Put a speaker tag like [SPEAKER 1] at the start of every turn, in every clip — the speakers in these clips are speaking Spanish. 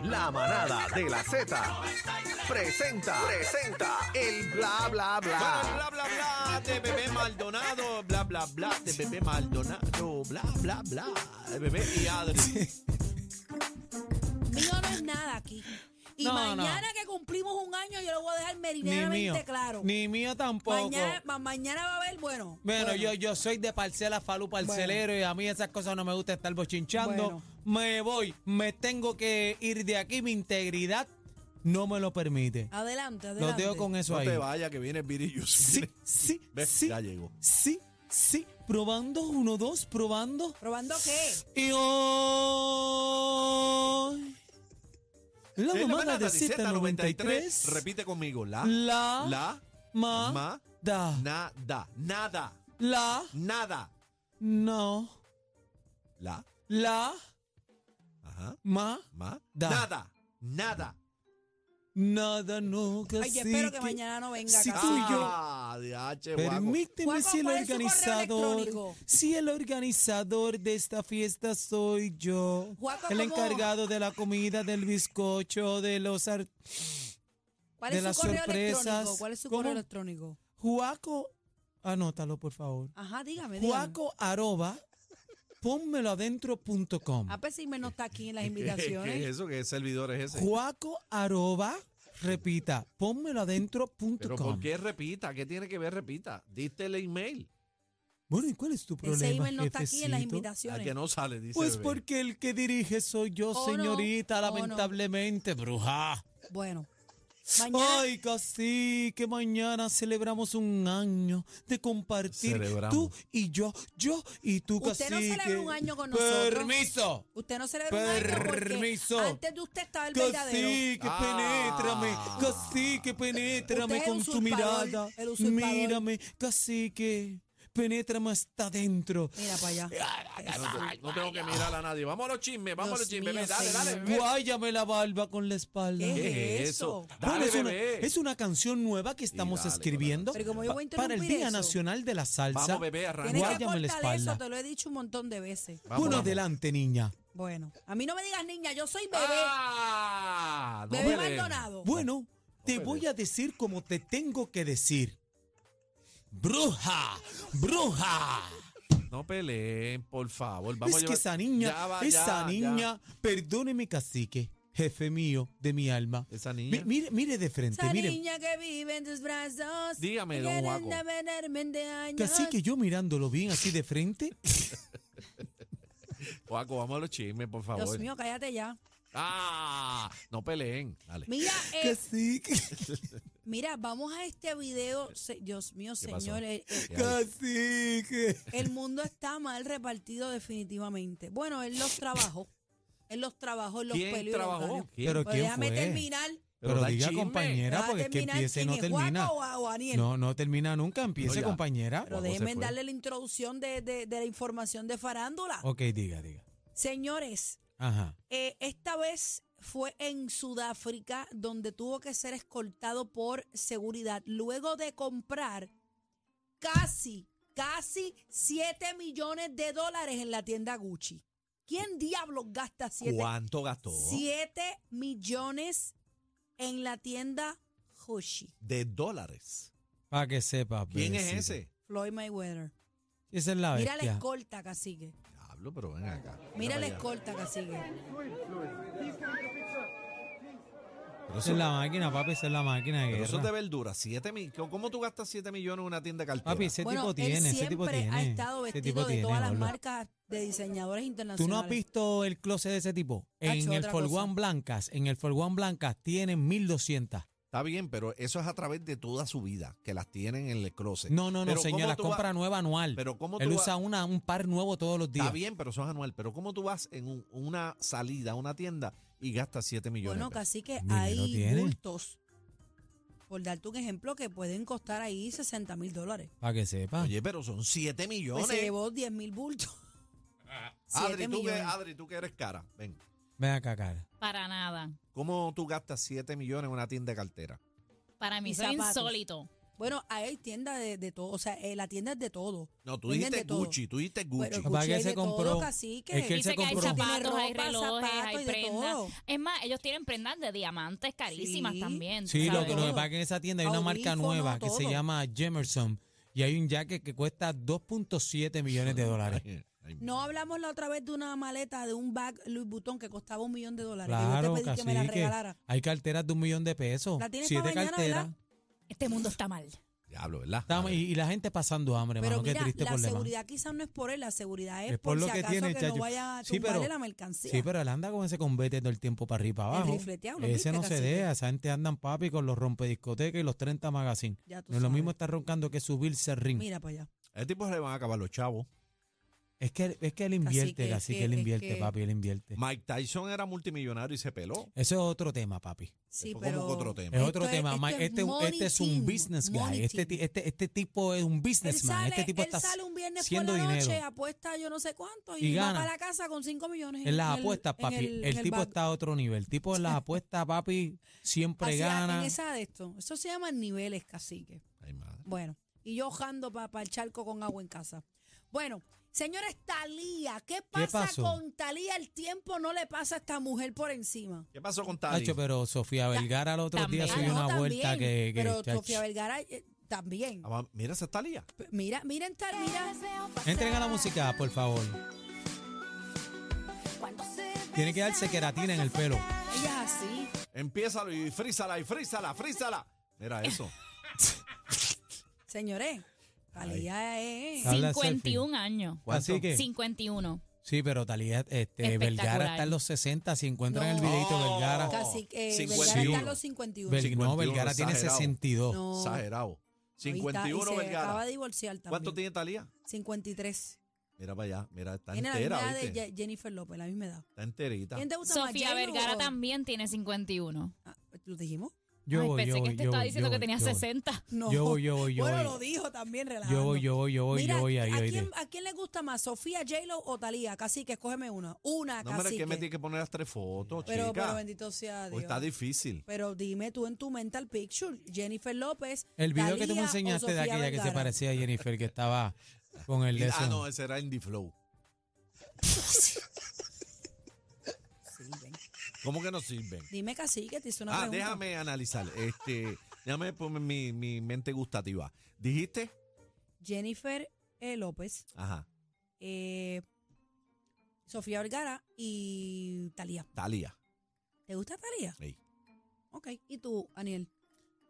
[SPEAKER 1] La manada de la Z presenta, presenta el bla bla bla.
[SPEAKER 2] Bla, bla, bla, de bebé Maldonado, bla, bla, bla, de bebé Maldonado, bla, bla, bla, de bebé y Adri.
[SPEAKER 3] Mío no es nada aquí. Y
[SPEAKER 4] No,
[SPEAKER 3] mañana que cumplimos un año, yo lo voy a dejar meridianamente claro.
[SPEAKER 4] Ni mío tampoco.
[SPEAKER 3] Mañana, ma- mañana va a haber, bueno.
[SPEAKER 4] bueno, Yo, yo soy de parcela, falú parcelero, y a mí esas cosas no me gusta estar bochinchando.
[SPEAKER 3] Bueno.
[SPEAKER 4] Me voy, me tengo que ir de aquí, mi integridad no me lo permite.
[SPEAKER 3] Adelante,
[SPEAKER 4] Lo
[SPEAKER 3] adelante.
[SPEAKER 4] dejo con eso
[SPEAKER 2] No
[SPEAKER 4] ahí.
[SPEAKER 2] te vayas, que viene Virillos.
[SPEAKER 4] Sí, sí,
[SPEAKER 2] Ve,
[SPEAKER 4] sí,
[SPEAKER 2] ya llegó.
[SPEAKER 4] sí, sí, probando, uno, dos, probando.
[SPEAKER 3] ¿Probando qué?
[SPEAKER 4] Y hoy, la
[SPEAKER 2] Es la
[SPEAKER 4] mamada
[SPEAKER 2] manada de
[SPEAKER 4] de
[SPEAKER 2] Z93.
[SPEAKER 4] Z93,
[SPEAKER 2] Repite conmigo. La,
[SPEAKER 4] la,
[SPEAKER 2] la,
[SPEAKER 4] ma,
[SPEAKER 2] ma,
[SPEAKER 4] da,
[SPEAKER 2] nada, nada,
[SPEAKER 4] la,
[SPEAKER 2] nada.
[SPEAKER 4] no,
[SPEAKER 2] La,
[SPEAKER 4] la,
[SPEAKER 2] ajá,
[SPEAKER 4] ma,
[SPEAKER 2] ma,
[SPEAKER 4] Da.
[SPEAKER 2] nada, nada.
[SPEAKER 4] nada, no,
[SPEAKER 3] Ay, yo espero que mañana no venga
[SPEAKER 4] sí,
[SPEAKER 3] acá.
[SPEAKER 4] tú y yo.
[SPEAKER 2] Ah, de H,
[SPEAKER 4] Permíteme
[SPEAKER 3] Guaco,
[SPEAKER 4] si el
[SPEAKER 3] ¿cuál es su correo
[SPEAKER 4] organizador,
[SPEAKER 3] electrónico?
[SPEAKER 4] si el organizador de esta fiesta soy yo,
[SPEAKER 3] Guaco,
[SPEAKER 4] el
[SPEAKER 3] ¿cómo?
[SPEAKER 4] encargado de la comida, del bizcocho, de los ar-
[SPEAKER 3] ¿Cuál
[SPEAKER 4] de
[SPEAKER 3] es
[SPEAKER 4] las
[SPEAKER 3] su correo
[SPEAKER 4] sorpresas.
[SPEAKER 3] electrónico? ¿Cuál es su
[SPEAKER 4] ¿Cómo?
[SPEAKER 3] correo electrónico?
[SPEAKER 4] Juaco, anótalo por favor,
[SPEAKER 3] Ajá, dígame, dígame.
[SPEAKER 4] Juaco arroba, pónmelo adentro.com,
[SPEAKER 3] A pesar pues, no está aquí en las
[SPEAKER 2] ¿Qué es
[SPEAKER 3] invitaciones.
[SPEAKER 2] eso? ¿Qué servidor es ese?
[SPEAKER 4] Juaco arroba, repita, pónmelo
[SPEAKER 2] Pero
[SPEAKER 4] adentro.com.
[SPEAKER 2] ¿por qué repita? ¿Qué tiene que ver repita? Diste el email.
[SPEAKER 4] Bueno, ¿y cuál es tu problema,
[SPEAKER 3] Ese email no está aquí en las
[SPEAKER 4] jefecito?
[SPEAKER 2] ¿A
[SPEAKER 3] invitaciones.
[SPEAKER 2] que Ah, no sale? Dice
[SPEAKER 4] Pues
[SPEAKER 2] bebé.
[SPEAKER 4] porque el que dirige soy yo,
[SPEAKER 3] Oh, no.
[SPEAKER 4] señorita,
[SPEAKER 3] Oh, no.
[SPEAKER 4] lamentablemente, bruja.
[SPEAKER 3] Bueno. Mañana,
[SPEAKER 4] Ay, casi que mañana celebramos un año de compartir
[SPEAKER 2] Celebramos.
[SPEAKER 4] tú y yo, yo y tú,
[SPEAKER 3] Usted no
[SPEAKER 4] cacique.
[SPEAKER 3] celebra un año con nosotros.
[SPEAKER 4] Permiso.
[SPEAKER 3] usted no celebra un año porque
[SPEAKER 4] Permiso.
[SPEAKER 3] antes de usted estaba el verdadero.
[SPEAKER 4] Cacique,
[SPEAKER 2] Ah.
[SPEAKER 4] penétrame, cacique, penétrame
[SPEAKER 3] Usted es el
[SPEAKER 4] con tu
[SPEAKER 3] usurpador,
[SPEAKER 4] mirada.
[SPEAKER 3] el usurpador.
[SPEAKER 4] Mírame, cacique, penétrame hasta dentro.
[SPEAKER 3] Mira para allá.
[SPEAKER 2] No tengo que mirar a nadie. Vamos a los chismes, vamos a los
[SPEAKER 3] Dios
[SPEAKER 2] chismes.
[SPEAKER 3] mío,
[SPEAKER 2] Bebé, dale, dale,
[SPEAKER 3] señor.
[SPEAKER 2] bebé.
[SPEAKER 4] Guállame la barba con la espalda.
[SPEAKER 3] ¿Qué?
[SPEAKER 2] ¿Qué es
[SPEAKER 3] es
[SPEAKER 2] eso?
[SPEAKER 3] eso?
[SPEAKER 2] Dale,
[SPEAKER 4] Bueno, es, una,
[SPEAKER 2] bebé.
[SPEAKER 4] es una canción nueva que estamos
[SPEAKER 2] dale,
[SPEAKER 4] escribiendo
[SPEAKER 3] Pero como yo voy a
[SPEAKER 4] pa- para el
[SPEAKER 3] interrumpir
[SPEAKER 4] Día
[SPEAKER 3] eso.
[SPEAKER 4] Nacional de la Salsa.
[SPEAKER 2] Vamos, bebé, arranca.
[SPEAKER 3] Tienes que
[SPEAKER 4] Guárdame la
[SPEAKER 3] cortar eso,
[SPEAKER 4] espalda.
[SPEAKER 3] te lo he dicho un montón de veces.
[SPEAKER 2] Vamos,
[SPEAKER 4] bueno,
[SPEAKER 2] vamos.
[SPEAKER 4] adelante, niña.
[SPEAKER 3] Bueno, a mí no me digas niña, yo soy bebé.
[SPEAKER 2] Ah, no
[SPEAKER 3] bebé
[SPEAKER 2] me dejes.
[SPEAKER 3] abandonado.
[SPEAKER 4] Bueno, te
[SPEAKER 2] bebé.
[SPEAKER 4] voy a decir como te tengo que decir. Bruja, bruja.
[SPEAKER 2] No peleen, por favor. Vamos a
[SPEAKER 4] Es que
[SPEAKER 2] llevar-
[SPEAKER 4] esa niña,
[SPEAKER 2] Ya va,
[SPEAKER 4] esa
[SPEAKER 2] ya, ya.
[SPEAKER 4] niña, perdóneme cacique, jefe mío de mi alma.
[SPEAKER 2] Esa
[SPEAKER 4] Mi-
[SPEAKER 2] niña.
[SPEAKER 4] mire, mire de frente,
[SPEAKER 3] Esa
[SPEAKER 4] mire.
[SPEAKER 3] niña que vive en tus brazos.
[SPEAKER 2] Dígame, don Guaco.
[SPEAKER 3] venirme de años.
[SPEAKER 4] Cacique, yo mirándolo bien así de frente.
[SPEAKER 3] Eh.
[SPEAKER 2] Guaco, vamos a los chismes, por favor.
[SPEAKER 3] Dios mío, cállate ya.
[SPEAKER 2] Ah, no peleen. Dale.
[SPEAKER 3] Mira, eh,
[SPEAKER 4] Cacique,
[SPEAKER 3] mira, vamos a este video. Se- Dios mío,
[SPEAKER 2] ¿Qué pasó?
[SPEAKER 3] señor, el, el-
[SPEAKER 2] ¿Qué hay?
[SPEAKER 4] cacique.
[SPEAKER 3] el mundo está mal repartido definitivamente. Bueno, él los trabajó. Él los trabajó, él los peleó. y
[SPEAKER 2] ¿Quién
[SPEAKER 3] los
[SPEAKER 2] trabajó?
[SPEAKER 3] ganó.
[SPEAKER 2] ¿Quién?
[SPEAKER 4] Pero-
[SPEAKER 3] Pero
[SPEAKER 4] ¿Quién
[SPEAKER 3] déjame
[SPEAKER 4] fue?
[SPEAKER 3] terminar.
[SPEAKER 2] Pero
[SPEAKER 4] Pero
[SPEAKER 2] da
[SPEAKER 4] diga,
[SPEAKER 2] chisme.
[SPEAKER 4] compañera,
[SPEAKER 3] Déjame
[SPEAKER 4] porque es que
[SPEAKER 3] terminar
[SPEAKER 4] empiece y
[SPEAKER 3] quién
[SPEAKER 4] no
[SPEAKER 3] es,
[SPEAKER 4] termina.
[SPEAKER 3] Guaco o a- o Aniel.
[SPEAKER 4] No, no termina nunca, empiece,
[SPEAKER 2] ya.
[SPEAKER 4] compañera.
[SPEAKER 3] Pero
[SPEAKER 2] Guaco se
[SPEAKER 3] déjenme
[SPEAKER 2] fue.
[SPEAKER 3] darle la introducción de, de- de la información de farándula.
[SPEAKER 4] Ok, diga, diga.
[SPEAKER 3] Señores,
[SPEAKER 4] Ajá.
[SPEAKER 3] eh, esta vez fue en Sudáfrica donde tuvo que ser escoltado por seguridad luego de comprar casi, casi 7 millones de dólares en la tienda Gucci. ¿Quién diablos gasta 7,
[SPEAKER 2] ¿Cuánto gastó?
[SPEAKER 3] millones en la tienda Gucci?
[SPEAKER 2] De dólares.
[SPEAKER 4] Para que sepa.
[SPEAKER 2] ¿Quién es
[SPEAKER 4] bebecita.
[SPEAKER 2] ese?
[SPEAKER 3] Floyd Mayweather.
[SPEAKER 4] Esa es la
[SPEAKER 3] Mira la
[SPEAKER 4] bestia.
[SPEAKER 3] escolta, cacique.
[SPEAKER 2] Diablo, pero ven acá.
[SPEAKER 3] Mira la
[SPEAKER 2] para allá.
[SPEAKER 3] escolta, cacique.
[SPEAKER 2] Pero
[SPEAKER 4] Esa
[SPEAKER 2] eso,
[SPEAKER 4] es la máquina, papi, esa es la máquina de
[SPEAKER 2] pero eso
[SPEAKER 4] guerra.
[SPEAKER 2] es de verdura. Siete mil, ¿Cómo tú gastas 7 millones en una tienda de cartera?
[SPEAKER 4] Papi, ese
[SPEAKER 3] bueno,
[SPEAKER 4] Este tipo tiene,
[SPEAKER 3] él
[SPEAKER 4] ese
[SPEAKER 3] siempre
[SPEAKER 4] tipo tiene.
[SPEAKER 3] ha estado
[SPEAKER 4] ese
[SPEAKER 3] vestido
[SPEAKER 4] tipo
[SPEAKER 3] de
[SPEAKER 4] tiene,
[SPEAKER 3] todas las
[SPEAKER 4] boludo.
[SPEAKER 3] marcas de diseñadores
[SPEAKER 4] ¿Tú no
[SPEAKER 3] internacionales.
[SPEAKER 4] has visto el closet de ese tipo? En
[SPEAKER 3] Hacho,
[SPEAKER 4] el
[SPEAKER 3] Ah, otra
[SPEAKER 4] For
[SPEAKER 3] cosa.
[SPEAKER 4] One Blancas, en el For One Blancas tienen 1200.
[SPEAKER 2] Está bien, pero eso es a través de toda su vida, que las tienen en el closet.
[SPEAKER 4] No, no, no,
[SPEAKER 2] Pero ¿cómo
[SPEAKER 4] señora,
[SPEAKER 2] tú vas-
[SPEAKER 4] compra nueva anual.
[SPEAKER 2] Pero ¿cómo
[SPEAKER 4] Él
[SPEAKER 2] tú
[SPEAKER 4] usa
[SPEAKER 2] vas-
[SPEAKER 4] una, un par nuevo todos los días.
[SPEAKER 2] Está bien, pero eso es anual. Pero ¿cómo tú vas en un- una salida a una tienda y gastas 7 millones? de
[SPEAKER 3] Bueno,
[SPEAKER 2] pesos?
[SPEAKER 3] casi que
[SPEAKER 4] Dinero
[SPEAKER 3] hay
[SPEAKER 4] tiene.
[SPEAKER 3] bultos, por darte un ejemplo, que pueden costar ahí 60 mil dólares.
[SPEAKER 4] Para que sepa.
[SPEAKER 2] Oye, pero son 7
[SPEAKER 3] Pues
[SPEAKER 2] millones.
[SPEAKER 3] se llevó 10 mil bultos.
[SPEAKER 2] Adri,
[SPEAKER 3] Siete
[SPEAKER 2] tú que,
[SPEAKER 3] millones.
[SPEAKER 2] Adri, tú que eres cara. Ven.
[SPEAKER 4] Ven acá, cara.
[SPEAKER 5] Para nada.
[SPEAKER 2] ¿Cómo tú gastas 7 millones en una tienda de cartera?
[SPEAKER 5] Para mí,
[SPEAKER 3] Y
[SPEAKER 5] eso es
[SPEAKER 3] zapatos.
[SPEAKER 5] insólito.
[SPEAKER 3] Bueno, hay tiendas de, de todo, o sea, eh, la tienda es de todo.
[SPEAKER 2] No, tú
[SPEAKER 3] Venden
[SPEAKER 2] dijiste
[SPEAKER 3] de todo.
[SPEAKER 2] Gucci, tú dijiste Gucci.
[SPEAKER 3] Pero
[SPEAKER 4] Papá, que
[SPEAKER 3] hay
[SPEAKER 4] se
[SPEAKER 3] de todo,
[SPEAKER 4] compró.
[SPEAKER 3] cacique.
[SPEAKER 4] Es que él se
[SPEAKER 5] Dice que hay
[SPEAKER 4] compró.
[SPEAKER 5] zapatos,
[SPEAKER 3] Tiene
[SPEAKER 5] hay
[SPEAKER 3] ropa,
[SPEAKER 5] relojes,
[SPEAKER 3] zapatos
[SPEAKER 5] hay
[SPEAKER 3] y de todo.
[SPEAKER 5] prendas. Es más, ellos tienen prendas de diamantes carísimas
[SPEAKER 3] Sí.
[SPEAKER 5] también.
[SPEAKER 4] Sí, lo,
[SPEAKER 5] ¿sabes?
[SPEAKER 4] que- lo que pasa es que en esa tienda hay una marca
[SPEAKER 3] Audífonos,
[SPEAKER 4] nueva que se
[SPEAKER 3] todo.
[SPEAKER 4] llama Jemerson y hay un jacket que cuesta 2.7 millones de dólares.
[SPEAKER 2] Ay, ay,
[SPEAKER 3] No hablamos la otra vez de una maleta, de un bag Louis Vuitton que costaba un millón de dólares. que
[SPEAKER 4] Claro,
[SPEAKER 3] yo te pedí que me la
[SPEAKER 4] cacique.
[SPEAKER 3] regalara.
[SPEAKER 4] Hay carteras de un millón de pesos.
[SPEAKER 3] La tienes
[SPEAKER 4] siete
[SPEAKER 3] para mañana,
[SPEAKER 4] carteras.
[SPEAKER 3] ¿verdad?
[SPEAKER 5] Este mundo está mal.
[SPEAKER 2] Diablo, ¿verdad?
[SPEAKER 4] Estamos- y, y la gente pasando hambre,
[SPEAKER 3] Pero
[SPEAKER 4] mano. Qué
[SPEAKER 3] mira,
[SPEAKER 4] triste
[SPEAKER 3] la
[SPEAKER 4] por
[SPEAKER 3] seguridad quizás no es por él, la seguridad es, por, lo si que acaso
[SPEAKER 4] tiene,
[SPEAKER 3] que
[SPEAKER 4] chacho.
[SPEAKER 3] no vaya a
[SPEAKER 4] Sí, pero-
[SPEAKER 3] tumbarle la mercancía.
[SPEAKER 4] Sí, pero él anda con ese convete todo el tiempo para arriba y para
[SPEAKER 3] El
[SPEAKER 4] abajo.
[SPEAKER 3] rifleteado, ¿lo
[SPEAKER 4] Ese
[SPEAKER 3] viste,
[SPEAKER 4] no se
[SPEAKER 3] cacique?
[SPEAKER 4] deja. Esa gente andan papi con los rompediscotecas y los 30 magazines. No
[SPEAKER 3] Ya
[SPEAKER 4] es
[SPEAKER 3] tú
[SPEAKER 4] lo
[SPEAKER 3] sabes.
[SPEAKER 4] mismo estar roncando que subirse al ring.
[SPEAKER 3] Mira pues para allá.
[SPEAKER 2] El tipo se le van a acabar los chavos.
[SPEAKER 4] Es que, es que él
[SPEAKER 3] Cacique,
[SPEAKER 4] invierte,
[SPEAKER 3] es
[SPEAKER 4] así que
[SPEAKER 3] que-
[SPEAKER 4] él
[SPEAKER 3] es
[SPEAKER 4] invierte,
[SPEAKER 3] que-
[SPEAKER 4] papi, él invierte.
[SPEAKER 2] Mike Tyson era multimillonario y se peló.
[SPEAKER 4] Eso es otro tema, papi.
[SPEAKER 3] Sí,
[SPEAKER 2] Fue
[SPEAKER 3] pero
[SPEAKER 2] como otro tema.
[SPEAKER 4] Es
[SPEAKER 3] Esto
[SPEAKER 4] otro
[SPEAKER 3] es-
[SPEAKER 4] tema.
[SPEAKER 3] esto
[SPEAKER 4] Mike.
[SPEAKER 3] es
[SPEAKER 4] este,
[SPEAKER 3] money
[SPEAKER 4] este es un
[SPEAKER 3] team,
[SPEAKER 4] business guy.
[SPEAKER 3] money
[SPEAKER 4] Este, ti-
[SPEAKER 3] team.
[SPEAKER 4] este, este tipo es un
[SPEAKER 3] él
[SPEAKER 4] businessman.
[SPEAKER 3] sale,
[SPEAKER 4] este tipo
[SPEAKER 3] él
[SPEAKER 4] está
[SPEAKER 3] sale un viernes por
[SPEAKER 4] siendo
[SPEAKER 3] la noche,
[SPEAKER 4] dinero.
[SPEAKER 3] apuesta yo no sé cuánto y,
[SPEAKER 4] Y
[SPEAKER 3] va
[SPEAKER 4] gana.
[SPEAKER 3] para la casa con 5 millones.
[SPEAKER 4] En las
[SPEAKER 3] el-
[SPEAKER 4] apuestas,
[SPEAKER 3] en
[SPEAKER 4] papi, el,
[SPEAKER 3] en
[SPEAKER 4] tipo
[SPEAKER 3] bar.
[SPEAKER 4] está a otro nivel. El tipo en las apuestas, papi, siempre
[SPEAKER 3] Hacia- En
[SPEAKER 4] gana.
[SPEAKER 3] esa de esto. Eso se llaman niveles, cacique.
[SPEAKER 2] Ay, madre.
[SPEAKER 3] Bueno, y yo jando para el charco con agua en casa. Bueno, señores, Talía, ¿qué pasa
[SPEAKER 4] pasó?
[SPEAKER 3] con Talía? El tiempo no le pasa a esta mujer por encima.
[SPEAKER 2] ¿Qué pasó con Tali?
[SPEAKER 4] Tacho, pero Sofía Vergara el otro día
[SPEAKER 5] también.
[SPEAKER 4] subió
[SPEAKER 3] Ah, no,
[SPEAKER 4] una
[SPEAKER 3] también,
[SPEAKER 4] vuelta que. que,
[SPEAKER 3] pero
[SPEAKER 4] chacho.
[SPEAKER 3] Sofía Vergara eh, también.
[SPEAKER 2] Ah, va, Mira esa Talía.
[SPEAKER 3] P- Mira, miren, Tal, mira.
[SPEAKER 4] Entren a la música, por favor. Tiene que darse queratina en el pelo.
[SPEAKER 3] Ella es así.
[SPEAKER 2] Empiézalo y frízala y frízala, frízala. Mira eso.
[SPEAKER 3] Señores, Talía es.
[SPEAKER 4] Habla selfie.
[SPEAKER 5] 51 años.
[SPEAKER 4] Así que.
[SPEAKER 5] 51.
[SPEAKER 4] Sí, pero Talía, este,
[SPEAKER 5] Espectacular.
[SPEAKER 4] Vergara está en los 60. Si encuentran el
[SPEAKER 3] No.
[SPEAKER 4] videito,
[SPEAKER 2] No.
[SPEAKER 4] Vergara.
[SPEAKER 3] Casi que Vergara
[SPEAKER 2] 51.
[SPEAKER 3] está en los 51.
[SPEAKER 4] Ver- no,
[SPEAKER 2] 51,
[SPEAKER 4] Vergara tiene
[SPEAKER 2] exagerado.
[SPEAKER 4] 62.
[SPEAKER 3] No.
[SPEAKER 2] Exagerado.
[SPEAKER 3] Ahí está,
[SPEAKER 2] 51
[SPEAKER 3] y se Acaba
[SPEAKER 2] Vergara.
[SPEAKER 3] de divorciar también.
[SPEAKER 2] ¿Cuánto tiene Talía?
[SPEAKER 3] 53.
[SPEAKER 2] Mira para allá. Mira, está
[SPEAKER 3] Tiene la
[SPEAKER 2] entera,
[SPEAKER 3] misma edad de
[SPEAKER 2] ¿viste?
[SPEAKER 3] Ye- Jennifer López, la misma edad.
[SPEAKER 2] Está enterita.
[SPEAKER 3] ¿Quién te gusta más,
[SPEAKER 5] Sofía
[SPEAKER 3] Jenny o-
[SPEAKER 5] Vergara también tiene 51.
[SPEAKER 3] Ah, ¿Lo dijimos?
[SPEAKER 4] Yo
[SPEAKER 5] Ay,
[SPEAKER 4] voy,
[SPEAKER 5] pensé
[SPEAKER 4] yo
[SPEAKER 5] que
[SPEAKER 4] voy,
[SPEAKER 5] este
[SPEAKER 4] yo
[SPEAKER 5] estaba
[SPEAKER 4] voy,
[SPEAKER 5] diciendo
[SPEAKER 4] yo
[SPEAKER 5] que
[SPEAKER 4] voy,
[SPEAKER 5] tenía
[SPEAKER 4] yo voy.
[SPEAKER 5] 60.
[SPEAKER 3] No.
[SPEAKER 4] Yo voy, yo voy, yo
[SPEAKER 3] bueno,
[SPEAKER 4] voy.
[SPEAKER 3] lo dijo también, relajando.
[SPEAKER 4] Yo voy, yo voy, yo voy,
[SPEAKER 3] Mira,
[SPEAKER 4] yo voy ahí,
[SPEAKER 3] ¿a,
[SPEAKER 4] oíste.
[SPEAKER 3] quién, ¿A quién le gusta más, Sofía, J-Lo o Talía? Cacique, escógeme una. Una,
[SPEAKER 2] No, hombre, es
[SPEAKER 3] cacique.
[SPEAKER 2] que me tiene que poner las tres fotos,
[SPEAKER 3] pero, pero
[SPEAKER 2] chica.
[SPEAKER 3] bendito sea
[SPEAKER 2] Hoy
[SPEAKER 3] Dios.
[SPEAKER 2] está difícil.
[SPEAKER 3] Pero dime tú en tu mental picture, Jennifer López,
[SPEAKER 4] El video que tú
[SPEAKER 3] Thalía
[SPEAKER 4] me
[SPEAKER 3] o
[SPEAKER 4] enseñaste de
[SPEAKER 3] Sofía
[SPEAKER 4] aquella que se
[SPEAKER 3] Vergara.
[SPEAKER 4] parecía a Jennifer, que estaba con el
[SPEAKER 2] Y-
[SPEAKER 4] de
[SPEAKER 2] ah,
[SPEAKER 4] eso.
[SPEAKER 2] no, ese era Indie Flow.
[SPEAKER 3] Sí, ven.
[SPEAKER 2] ¿Cómo que no sirven?
[SPEAKER 3] Dime, Cacique, te hice una
[SPEAKER 2] ah,
[SPEAKER 3] pregunta.
[SPEAKER 2] déjame analizar. Este, déjame poner mi, mi mente gustativa. ¿Dijiste?
[SPEAKER 3] Jennifer eh, López,
[SPEAKER 2] Ajá,
[SPEAKER 3] eh, Sofía Vergara y Talía.
[SPEAKER 2] Talía.
[SPEAKER 3] ¿Te gusta Talía?
[SPEAKER 2] Sí.
[SPEAKER 3] Ok. ¿Y tú, Aniel?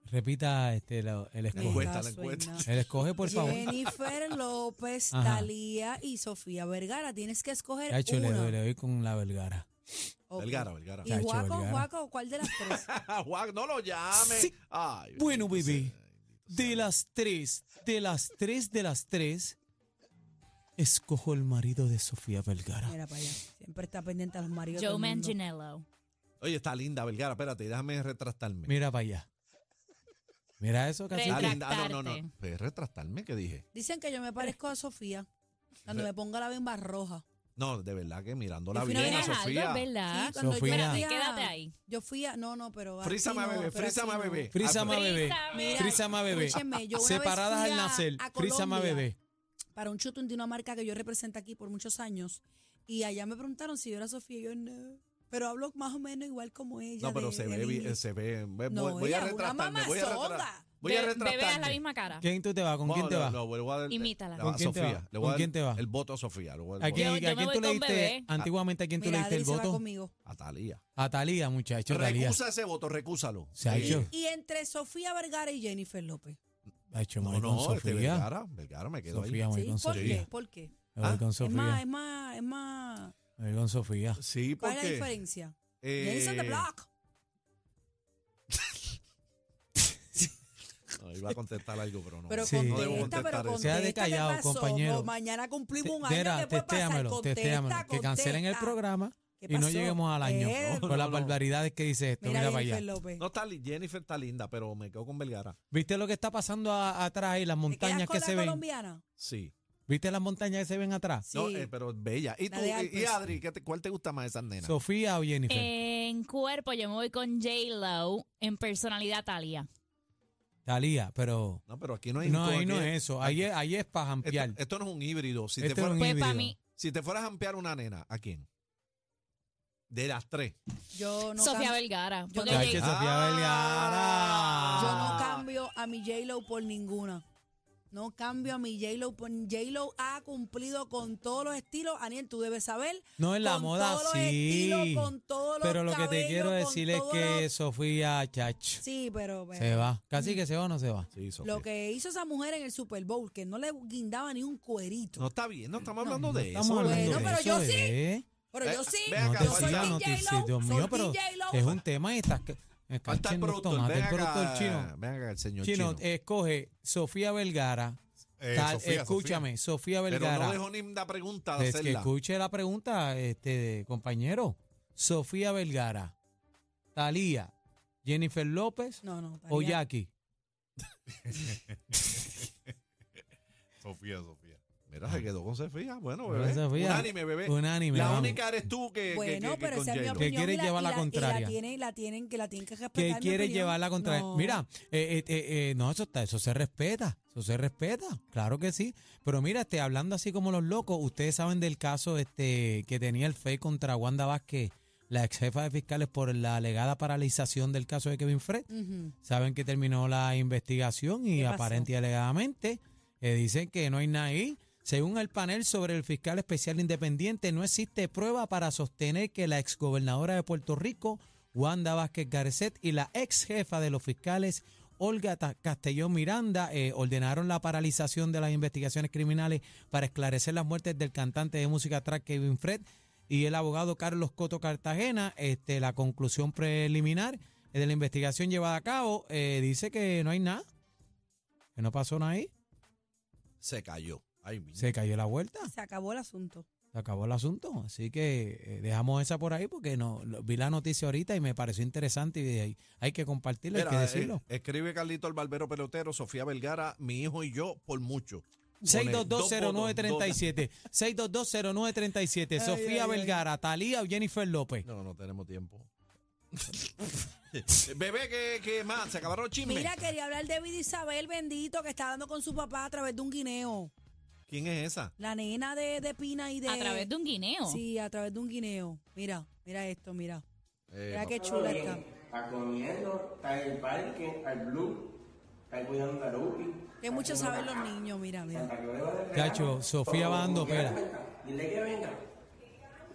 [SPEAKER 4] Repita este, la-
[SPEAKER 2] La
[SPEAKER 4] el
[SPEAKER 3] Me
[SPEAKER 4] escoge.
[SPEAKER 2] encuesta,
[SPEAKER 3] la
[SPEAKER 2] la encuesta.
[SPEAKER 3] suena.
[SPEAKER 4] El escoge, por favor.
[SPEAKER 3] Jennifer López,
[SPEAKER 4] Ajá.
[SPEAKER 3] Talía y Sofía Vergara. Tienes que escoger
[SPEAKER 4] Chacho, le
[SPEAKER 3] una.
[SPEAKER 4] doy, le doy con la Vergara.
[SPEAKER 3] Ok.
[SPEAKER 2] Vergara, Vergara.
[SPEAKER 3] ¿Y
[SPEAKER 4] Chacho,
[SPEAKER 3] Juaco,
[SPEAKER 4] Vergara.
[SPEAKER 3] Juaco, cuál de las tres?
[SPEAKER 2] Juan, no lo llame.
[SPEAKER 4] Sí.
[SPEAKER 2] Ay,
[SPEAKER 4] Bueno,
[SPEAKER 2] bendito
[SPEAKER 4] bebé,
[SPEAKER 2] sea, bendito
[SPEAKER 4] De
[SPEAKER 2] sea.
[SPEAKER 4] las tres, de las tres, de las tres, escojo el marido de Sofía Vergara.
[SPEAKER 3] Mira para allá. Siempre está pendiente a los maridos.
[SPEAKER 5] Joe
[SPEAKER 3] del mundo.
[SPEAKER 5] Manganiello.
[SPEAKER 2] Oye, está linda, Vergara. Espérate, déjame retractarme.
[SPEAKER 4] Mira para allá. Mira eso,
[SPEAKER 2] Está
[SPEAKER 4] casi.
[SPEAKER 5] Retractarte.
[SPEAKER 2] linda. Ah, no, no, no. Pues, retractarme, ¿qué dije?
[SPEAKER 3] Dicen que yo me parezco a Sofía cuando me ponga la bimba roja.
[SPEAKER 2] No, de verdad que mirándola
[SPEAKER 3] Yo fui una
[SPEAKER 2] bien a
[SPEAKER 3] vez a
[SPEAKER 2] Sofía.
[SPEAKER 5] Aldo, ¿verdad?
[SPEAKER 3] Sí, cuando
[SPEAKER 4] Sofía.
[SPEAKER 3] yo
[SPEAKER 5] Espérate,
[SPEAKER 3] fui a-
[SPEAKER 5] quédate ahí.
[SPEAKER 3] Yo fui a. No, no, pero. aquí
[SPEAKER 2] Frízame,
[SPEAKER 3] no,
[SPEAKER 2] bebé,
[SPEAKER 3] pero aquí
[SPEAKER 2] frízame,
[SPEAKER 3] no.
[SPEAKER 2] bebé.
[SPEAKER 4] Frísama
[SPEAKER 2] Ah,
[SPEAKER 4] bebé.
[SPEAKER 5] Frísame.
[SPEAKER 4] Frísama bebé.
[SPEAKER 3] Escúchenme, yo una vez
[SPEAKER 4] Separadas
[SPEAKER 3] fui
[SPEAKER 4] al
[SPEAKER 3] a-
[SPEAKER 4] nacer.
[SPEAKER 3] a
[SPEAKER 4] Frísama
[SPEAKER 3] Colombia.
[SPEAKER 4] bebé.
[SPEAKER 3] Para un chutum de una marca que yo represento aquí por muchos años. Y allá me preguntaron si yo era Sofía. y Yo no. Pero hablo más o menos igual como ella.
[SPEAKER 2] No, pero
[SPEAKER 3] de-
[SPEAKER 2] se
[SPEAKER 3] del
[SPEAKER 2] ve, bien,
[SPEAKER 3] inglés.
[SPEAKER 2] se ve. Voy,
[SPEAKER 3] No,
[SPEAKER 2] voy a
[SPEAKER 3] ella es una
[SPEAKER 2] retractarme, voy a retractarme.
[SPEAKER 3] mamazonga.
[SPEAKER 2] Voy a
[SPEAKER 5] Be- Bebé haz la
[SPEAKER 2] retractarme.
[SPEAKER 5] misma cara.
[SPEAKER 4] ¿Quién tú te vas? ¿Con
[SPEAKER 2] No,
[SPEAKER 4] quién te
[SPEAKER 2] no,
[SPEAKER 4] vas?
[SPEAKER 2] no, le voy a dar-
[SPEAKER 5] Imítala.
[SPEAKER 2] la-
[SPEAKER 4] ¿Con
[SPEAKER 2] a
[SPEAKER 4] quién te
[SPEAKER 2] Sofía.
[SPEAKER 4] va?
[SPEAKER 2] Le voy a
[SPEAKER 4] ¿Con
[SPEAKER 2] dar
[SPEAKER 4] quién te va?
[SPEAKER 2] El voto a Sofía. le voy a dar
[SPEAKER 4] ¿A
[SPEAKER 2] el voto.
[SPEAKER 4] quién,
[SPEAKER 5] Yo- yo
[SPEAKER 4] a
[SPEAKER 5] me
[SPEAKER 4] quién
[SPEAKER 5] voy
[SPEAKER 4] tú le
[SPEAKER 5] con
[SPEAKER 4] diste?
[SPEAKER 5] bebé.
[SPEAKER 4] Antiguamente, ¿a quién tú
[SPEAKER 3] Mira,
[SPEAKER 4] le diste el
[SPEAKER 3] Adri se va
[SPEAKER 4] voto?
[SPEAKER 3] conmigo.
[SPEAKER 2] A Talía.
[SPEAKER 4] A Talía, muchacho. Talía.
[SPEAKER 2] Recusa ese voto, recúsalo.
[SPEAKER 4] Se ha hecho.
[SPEAKER 3] Y entre Sofía Vergara y Jennifer López.
[SPEAKER 4] Ah, Ha hecho
[SPEAKER 2] No,
[SPEAKER 4] muy con
[SPEAKER 2] no, este
[SPEAKER 4] Sofía.
[SPEAKER 2] Vergara, Vergara me quedo
[SPEAKER 4] Sofía,
[SPEAKER 2] ahí.
[SPEAKER 4] muy
[SPEAKER 3] ¿Sí?
[SPEAKER 4] con
[SPEAKER 3] ¿Por
[SPEAKER 4] Sofía.
[SPEAKER 3] qué? ¿Por qué?
[SPEAKER 4] Me voy
[SPEAKER 2] Ah,
[SPEAKER 4] con
[SPEAKER 3] Es más,
[SPEAKER 4] Sofía.
[SPEAKER 3] es más, es más.
[SPEAKER 4] Me voy con Sofía.
[SPEAKER 2] Sí,
[SPEAKER 3] ¿Cuál
[SPEAKER 2] porque...
[SPEAKER 3] es la diferencia?
[SPEAKER 2] eh,
[SPEAKER 3] Jenny's on the block.
[SPEAKER 2] no, iba a contestar algo, pero no.
[SPEAKER 3] Pero
[SPEAKER 4] Sí.
[SPEAKER 2] no debo
[SPEAKER 3] contesta, pero
[SPEAKER 2] contestar eso.
[SPEAKER 3] contesta.
[SPEAKER 4] Sea de callado,
[SPEAKER 3] ¿qué pasó?
[SPEAKER 4] compañero.
[SPEAKER 3] No, mañana cumplimos un año.
[SPEAKER 4] Mira,
[SPEAKER 3] ¿qué puede pasar?
[SPEAKER 4] testéamelo,
[SPEAKER 3] Contesta,
[SPEAKER 4] testéamelo. Que cancelen el
[SPEAKER 3] contesta.
[SPEAKER 4] programa
[SPEAKER 3] ¿Qué
[SPEAKER 4] y no
[SPEAKER 3] pasó?
[SPEAKER 4] lleguemos al año
[SPEAKER 3] Eh,
[SPEAKER 4] con
[SPEAKER 2] No,
[SPEAKER 4] las
[SPEAKER 2] no.
[SPEAKER 4] barbaridades que dice esto.
[SPEAKER 3] Mira,
[SPEAKER 4] Mira, para allá.
[SPEAKER 3] Jennifer López.
[SPEAKER 2] No está, li- Jennifer está linda, pero me quedo con Vergara.
[SPEAKER 4] ¿Viste lo que está pasando a- atrás
[SPEAKER 3] ¿Te
[SPEAKER 4] y las
[SPEAKER 3] quedas
[SPEAKER 4] montañas
[SPEAKER 3] con
[SPEAKER 4] que
[SPEAKER 3] la
[SPEAKER 4] se ven?
[SPEAKER 3] colombiana?
[SPEAKER 2] Sí.
[SPEAKER 4] ¿Viste las montañas que se ven atrás?
[SPEAKER 3] Sí.
[SPEAKER 2] No, eh, pero bella. ¿Y
[SPEAKER 3] La
[SPEAKER 2] tú?
[SPEAKER 3] de
[SPEAKER 2] y- ¿Y
[SPEAKER 3] Alpes.
[SPEAKER 2] Adri? ¿qué te- ¿Cuál te gusta más de esas nenas?
[SPEAKER 4] ¿Sofía o
[SPEAKER 5] Eh.
[SPEAKER 4] Jennifer?
[SPEAKER 5] En cuerpo yo me voy con J-Lo, en personalidad Talia.
[SPEAKER 4] Talía, pero.
[SPEAKER 2] No, pero aquí no hay
[SPEAKER 4] No, ahí
[SPEAKER 2] aquí
[SPEAKER 4] no
[SPEAKER 2] hay-
[SPEAKER 4] es eso. Ahí es, ahí es para jampear.
[SPEAKER 2] Esto, esto no es un híbrido. Si,
[SPEAKER 4] Este
[SPEAKER 2] te
[SPEAKER 4] es
[SPEAKER 2] fuera-
[SPEAKER 4] un
[SPEAKER 5] Pues para
[SPEAKER 4] híbrido.
[SPEAKER 5] mí,
[SPEAKER 2] si te fueras a ampear una nena, ¿a quién? De las tres.
[SPEAKER 3] Yo no,
[SPEAKER 5] Sofía
[SPEAKER 3] cam-
[SPEAKER 5] Vergara.
[SPEAKER 3] Yo
[SPEAKER 5] Porque
[SPEAKER 3] no-
[SPEAKER 5] ella-
[SPEAKER 4] Chacho, Sofía
[SPEAKER 2] Ah.
[SPEAKER 3] yo
[SPEAKER 4] Vergara.
[SPEAKER 3] no cambio a mi J-Lo por ninguna. No cambio a mi J-Lo por J-Lo ha cumplido con todos los estilos. Aniel, tú debes saber.
[SPEAKER 4] No en la
[SPEAKER 3] con
[SPEAKER 4] moda
[SPEAKER 3] todos los
[SPEAKER 4] sí.
[SPEAKER 3] estilos, con todos los
[SPEAKER 4] Pero lo que te
[SPEAKER 3] cabellos,
[SPEAKER 4] quiero
[SPEAKER 3] con
[SPEAKER 4] decir es
[SPEAKER 3] todos
[SPEAKER 4] que
[SPEAKER 3] los-
[SPEAKER 4] Sofía Chach
[SPEAKER 3] Sí, pero... pero-
[SPEAKER 4] se va. Casi que se va o no se va.
[SPEAKER 2] Sí, Sofía.
[SPEAKER 3] Lo que hizo esa mujer en el Super Bowl, que no le guindaba ni un cuerito.
[SPEAKER 2] No está bien, no estamos hablando de
[SPEAKER 4] Estamos
[SPEAKER 2] eso.
[SPEAKER 4] hablando
[SPEAKER 3] bueno,
[SPEAKER 4] de
[SPEAKER 3] pero yo
[SPEAKER 4] eso,
[SPEAKER 3] sí.
[SPEAKER 4] bebé.
[SPEAKER 3] pero
[SPEAKER 2] eh,
[SPEAKER 3] yo sí,
[SPEAKER 2] ven acá,
[SPEAKER 3] yo
[SPEAKER 4] No te
[SPEAKER 3] soy
[SPEAKER 2] Fabián,
[SPEAKER 4] sigas,
[SPEAKER 3] DJ
[SPEAKER 4] no te sigas, Dios
[SPEAKER 3] Lo,
[SPEAKER 4] mío,
[SPEAKER 3] soy
[SPEAKER 4] pero
[SPEAKER 3] DJ Lo.
[SPEAKER 4] es un tema y estás. Me
[SPEAKER 2] Falta el
[SPEAKER 4] canchen los
[SPEAKER 2] productor.
[SPEAKER 4] tomates,
[SPEAKER 2] Ven
[SPEAKER 4] el productor
[SPEAKER 2] acá,
[SPEAKER 4] chino.
[SPEAKER 2] Ven acá, el señor
[SPEAKER 4] Chino, eh,
[SPEAKER 2] chino.
[SPEAKER 4] escoge Sofía Vergara.
[SPEAKER 6] Eh,
[SPEAKER 4] tal-
[SPEAKER 6] Sofía,
[SPEAKER 4] escúchame, Sofía,
[SPEAKER 2] pero
[SPEAKER 4] Vergara.
[SPEAKER 2] no dejó ni una pregunta de
[SPEAKER 4] es que
[SPEAKER 2] hacerla.
[SPEAKER 4] escuche la pregunta, este compañero. Sofía Vergara, Talía, Jennifer López
[SPEAKER 3] No, no.
[SPEAKER 4] o
[SPEAKER 3] Tania,
[SPEAKER 4] Jackie.
[SPEAKER 6] Sofía, Sofía.
[SPEAKER 2] Mira, se quedó con Sofía. Bueno,
[SPEAKER 4] Con
[SPEAKER 2] bebé.
[SPEAKER 4] Sofía.
[SPEAKER 2] Unánime, bebé.
[SPEAKER 4] Unánime,
[SPEAKER 2] La
[SPEAKER 4] vamos.
[SPEAKER 2] única eres tú que. que-
[SPEAKER 3] Bueno,
[SPEAKER 2] que- que
[SPEAKER 3] pero
[SPEAKER 2] con
[SPEAKER 3] esa es mi
[SPEAKER 2] J-Lo.
[SPEAKER 3] opinión.
[SPEAKER 4] quiere
[SPEAKER 3] y la-
[SPEAKER 4] llevar
[SPEAKER 3] y
[SPEAKER 4] la
[SPEAKER 3] la- Y
[SPEAKER 4] contraria.
[SPEAKER 3] la tienen, la tienen, que la tienen que respetar.
[SPEAKER 4] que
[SPEAKER 3] mi
[SPEAKER 4] quiere
[SPEAKER 3] opinión.
[SPEAKER 4] llevarla contra
[SPEAKER 3] No.
[SPEAKER 4] Mira, eh, eh, eh, eh, no, eso, está, eso se respeta, eso se respeta, claro que sí. Pero mira, este, hablando así como los locos, ustedes saben del caso este que tenía el FEI contra Wanda Vázquez, la ex jefa de fiscales, por la alegada paralización del caso de Kevin Fred.
[SPEAKER 3] Ujú.
[SPEAKER 4] Saben que terminó la investigación y
[SPEAKER 3] ¿Qué pasó?
[SPEAKER 4] aparente y alegadamente eh, dicen que no hay nada ahí. Según el panel sobre el fiscal especial independiente, no existe prueba para sostener que la exgobernadora de Puerto Rico, Wanda Vázquez Garcet, y la ex jefa de los fiscales, Olga Ta- Castellón Miranda, eh, ordenaron la paralización de las investigaciones criminales para esclarecer las muertes del cantante de música track Kevin Fred y el abogado Carlos Coto Cartagena. Este, la conclusión preliminar de la investigación llevada a cabo eh, dice que no hay nada, que no pasó nada ahí.
[SPEAKER 2] Se cayó. Ay, mi-
[SPEAKER 4] Se cayó la vuelta,
[SPEAKER 3] Se acabó el asunto.
[SPEAKER 4] se acabó el asunto. Así que eh, dejamos esa por ahí porque no lo- vi la noticia ahorita y me pareció interesante y de ahí hay que compartirlo, hay
[SPEAKER 2] Mira,
[SPEAKER 4] que decirlo.
[SPEAKER 2] eh, escribe Carlito el Barbero Pelotero, Sofía Vergara, mi hijo y yo, por mucho. Pone dos votos, dos-
[SPEAKER 4] 6220937, 6220937,
[SPEAKER 3] Ay,
[SPEAKER 4] Sofía
[SPEAKER 3] ay, ay.
[SPEAKER 4] Vergara, Talía o Jennifer López.
[SPEAKER 2] No, no tenemos tiempo. Bebé, ¿qué, qué más? ¿Se acabaron los chismes?
[SPEAKER 3] Mira, quería hablar de Vida Isabel, bendito, que está dando con su papá a través de un guineo.
[SPEAKER 2] ¿Quién es esa?
[SPEAKER 3] La nena de, de Pina y de...
[SPEAKER 5] a través de un guineo.
[SPEAKER 3] Sí, a través de un guineo. Mira, mira esto, mira.
[SPEAKER 2] Eh,
[SPEAKER 3] Mira qué chula está.
[SPEAKER 7] Está comiendo, está en el parque, al blue, está cuidando a Lupi.
[SPEAKER 3] Que mucho saben los niños, mira, mira.
[SPEAKER 7] Para que luego del regalo,
[SPEAKER 4] Cacho, Sofía va dando
[SPEAKER 7] que
[SPEAKER 4] pera.
[SPEAKER 7] venga, Dile que venga.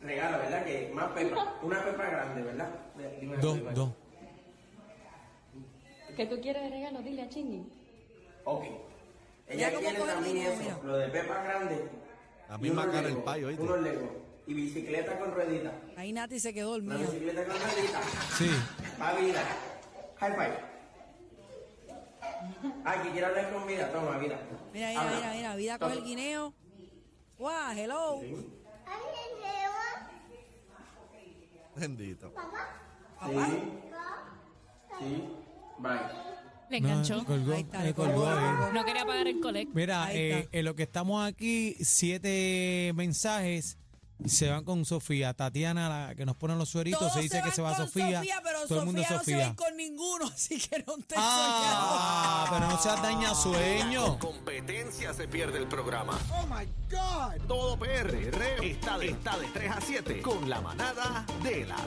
[SPEAKER 7] Regalo, ¿verdad? Que más pepa, una pepa grande, ¿verdad? Dime una
[SPEAKER 4] Dos,
[SPEAKER 7] pepa.
[SPEAKER 4] dos.
[SPEAKER 8] Que tú quieres de regalo, dile a Chingy.
[SPEAKER 7] Ok.
[SPEAKER 3] Mira
[SPEAKER 7] Ella
[SPEAKER 3] cómo
[SPEAKER 7] quiere
[SPEAKER 3] coge el
[SPEAKER 7] también
[SPEAKER 3] video,
[SPEAKER 7] eso,
[SPEAKER 3] mira.
[SPEAKER 7] lo de pepa grande.
[SPEAKER 2] La
[SPEAKER 7] y
[SPEAKER 2] misma
[SPEAKER 7] unos
[SPEAKER 2] cara del
[SPEAKER 7] Lego,
[SPEAKER 2] payo, ¿oíste?
[SPEAKER 7] Unos Lego. Y bicicleta con rueditas.
[SPEAKER 3] Ahí Nati se quedó
[SPEAKER 7] Una
[SPEAKER 3] dormida.
[SPEAKER 7] bicicleta con rueditas.
[SPEAKER 4] Sí,
[SPEAKER 7] Va vida. High five. Ah, que quiero hablar con vida. Toma, vida.
[SPEAKER 3] Mira, mira, mira, mira. Vida coge el guineo. ¡Guau! hello.
[SPEAKER 2] Bendito.
[SPEAKER 3] Papá.
[SPEAKER 7] Sí. Bye.
[SPEAKER 5] Le
[SPEAKER 4] No,
[SPEAKER 5] enganchó.
[SPEAKER 4] colgó,
[SPEAKER 3] Ahí está,
[SPEAKER 4] eh,
[SPEAKER 3] le
[SPEAKER 4] colgó
[SPEAKER 3] colgó.
[SPEAKER 4] ahí.
[SPEAKER 5] No quería pagar el colect.
[SPEAKER 4] Mira,
[SPEAKER 3] Ahí
[SPEAKER 4] eh,
[SPEAKER 3] está.
[SPEAKER 4] en lo que estamos aquí, siete mensajes se van con Sofía. Tatiana, la que nos pone los sueritos,
[SPEAKER 3] Todos
[SPEAKER 4] se dice que
[SPEAKER 3] van
[SPEAKER 4] se va
[SPEAKER 3] con
[SPEAKER 4] Sofía.
[SPEAKER 3] pero
[SPEAKER 4] todo el mundo
[SPEAKER 3] Sofía no se va a
[SPEAKER 4] Sofía.
[SPEAKER 3] ir con ninguno, así que no te
[SPEAKER 4] ah,
[SPEAKER 3] soñado.
[SPEAKER 4] pero no seas daña sueño.
[SPEAKER 1] competencia se pierde el programa. Oh my God. Todo PR está de, está de 3 a 7 con la manada de la